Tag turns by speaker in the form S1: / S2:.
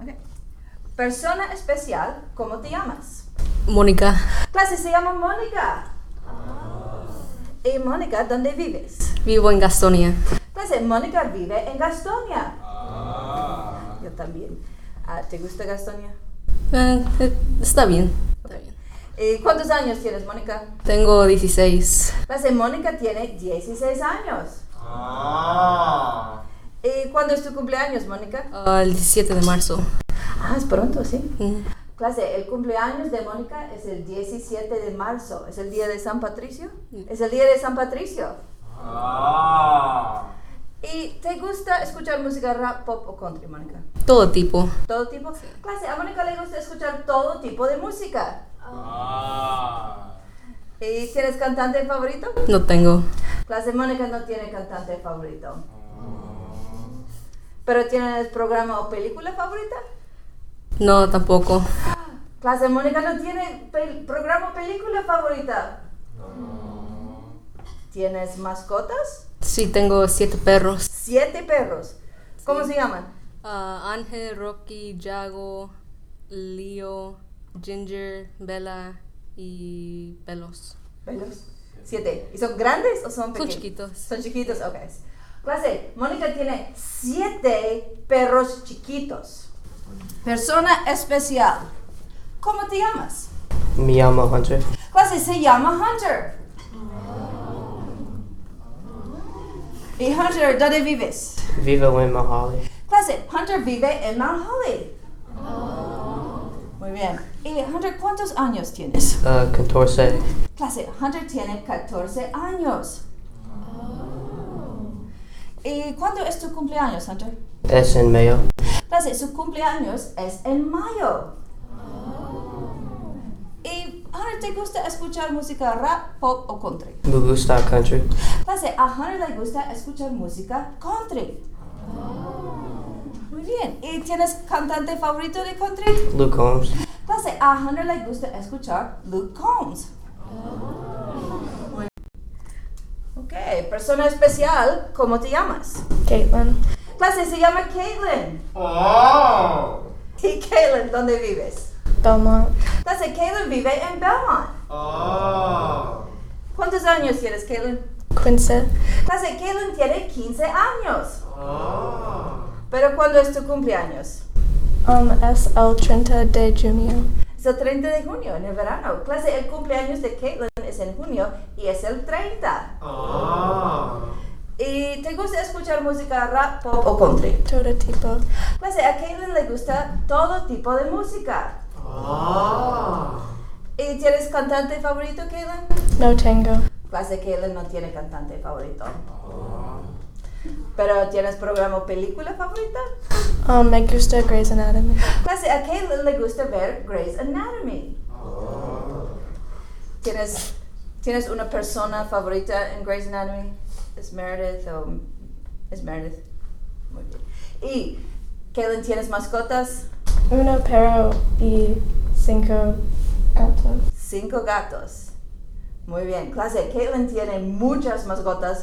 S1: Ok. Persona especial, ¿cómo te llamas?
S2: Mónica,
S1: Clase se llama Mónica. Y Mónica, ¿dónde vives?
S2: vivo en Gastonia.
S1: Clase, Mónica vive en Gastonia. Yo también. Ah, ¿Te gusta Gastonia?
S2: Eh, eh, está bien, está bien.
S1: ¿Y cuántos años tienes, Mónica?
S2: Tengo 16.
S1: Clase, Mónica tiene 16 años. ¿Y cuándo es tu cumpleaños, Mónica?
S2: ah, el 17 de marzo.
S1: Ah, es pronto, sí.
S2: Mm,
S1: Clase, el cumpleaños de Mónica es el 17 de marzo. ¿Es el día de San Patricio? Es el día de San Patricio. ¿Y te gusta escuchar música rap, pop o country, Mónica?
S2: Todo tipo.
S1: ¿Todo tipo? Clase, a Mónica le gusta escuchar todo tipo de música. ¿Y tienes cantante favorito?
S2: No tengo.
S1: Clase, Mónica no tiene cantante favorito. ¿Pero tienes programa o película favorita?
S2: No, tampoco.
S1: Clase, Mónica no tiene pel- programa o película favorita. ¿Tienes mascotas?
S2: Sí, tengo siete perros.
S1: Siete perros. ¿Cómo se llaman?
S2: Ah, Ángel, Rocky, Jago, Leo, Ginger, Bella y Pelos.
S1: Velos. Siete. ¿Y son grandes o son
S2: Son
S1: pequeños?
S2: chiquitos.
S1: Son chiquitos, ok. Clase, Mónica tiene siete perros chiquitos. Persona especial. ¿Cómo te llamas?
S3: Me llamo Hunter.
S1: Clase, se llama Hunter. Y Hunter, ¿dónde vives?
S3: Vivo en Mahali.
S1: Clase, Hunter vive en Mount Holly. Muy bien. Y Hunter, ¿cuántos años tienes?
S3: Uh, Contorset.
S1: Clase, Hunter tiene 14 años. ¿Y cuándo es tu cumpleaños, Hunter?
S3: Es en Mayo.
S1: Clase, su cumpleaños es en mayo. ¿Y Hunter te gusta escuchar música rap, pop o country?
S3: Me gusta country.
S1: Clase, a Hunter le gusta escuchar música country. Muy bien. ¿Y tienes cantante favorito de country?
S3: Luke Holmes.
S1: Clase, a Hunter le gusta escuchar Luke Combs. Ok, persona especial, ¿cómo te llamas?
S4: Caitlin,
S1: Clase, se llama Caitlin.
S5: Oh!
S1: ¿Y Caitlin, dónde vives?
S4: Belmont,
S1: Clase, Caitlin vive en Belmont.
S5: Oh!
S1: ¿Cuántos años tienes, Caitlin?
S4: Quinset,
S1: Clase, Caitlin tiene 15 años.
S5: Oh!
S1: ¿Pero cuándo es tu cumpleaños?
S4: um, SL Trinta de Junio,
S1: Es el 30 de junio, en el verano. Clase, el cumpleaños de Caitlin es en junio y es el 30.
S5: Oh!
S1: ¿Y te gusta escuchar música rap, pop o country?
S4: Todo Tota Tipo,
S1: Pues a Caitlin le gusta todo tipo de música.
S5: Oh!
S1: ¿Y tienes cantante favorito, Caitlin?
S4: No Tango,
S1: Clase Caitlin no tiene cantante favorito. ¿Pero tienes programa o película favorita?
S4: um, Me Gusta Grey's Anatomy,
S1: Clase a Caitlin le gusta ver Grey's Anatomy. ¿Tienes, ¿Tienes una persona favorita en Grey's Anatomy? ¿Es Meredith o...? ¿Es Meredith? Muy bien. ¿Y Caitlin tienes mascotas?
S4: Uno Perro y Cinco Gatos,
S1: Cinco gatos. Muy bien, clase. Caitlin tiene muchas mascotas,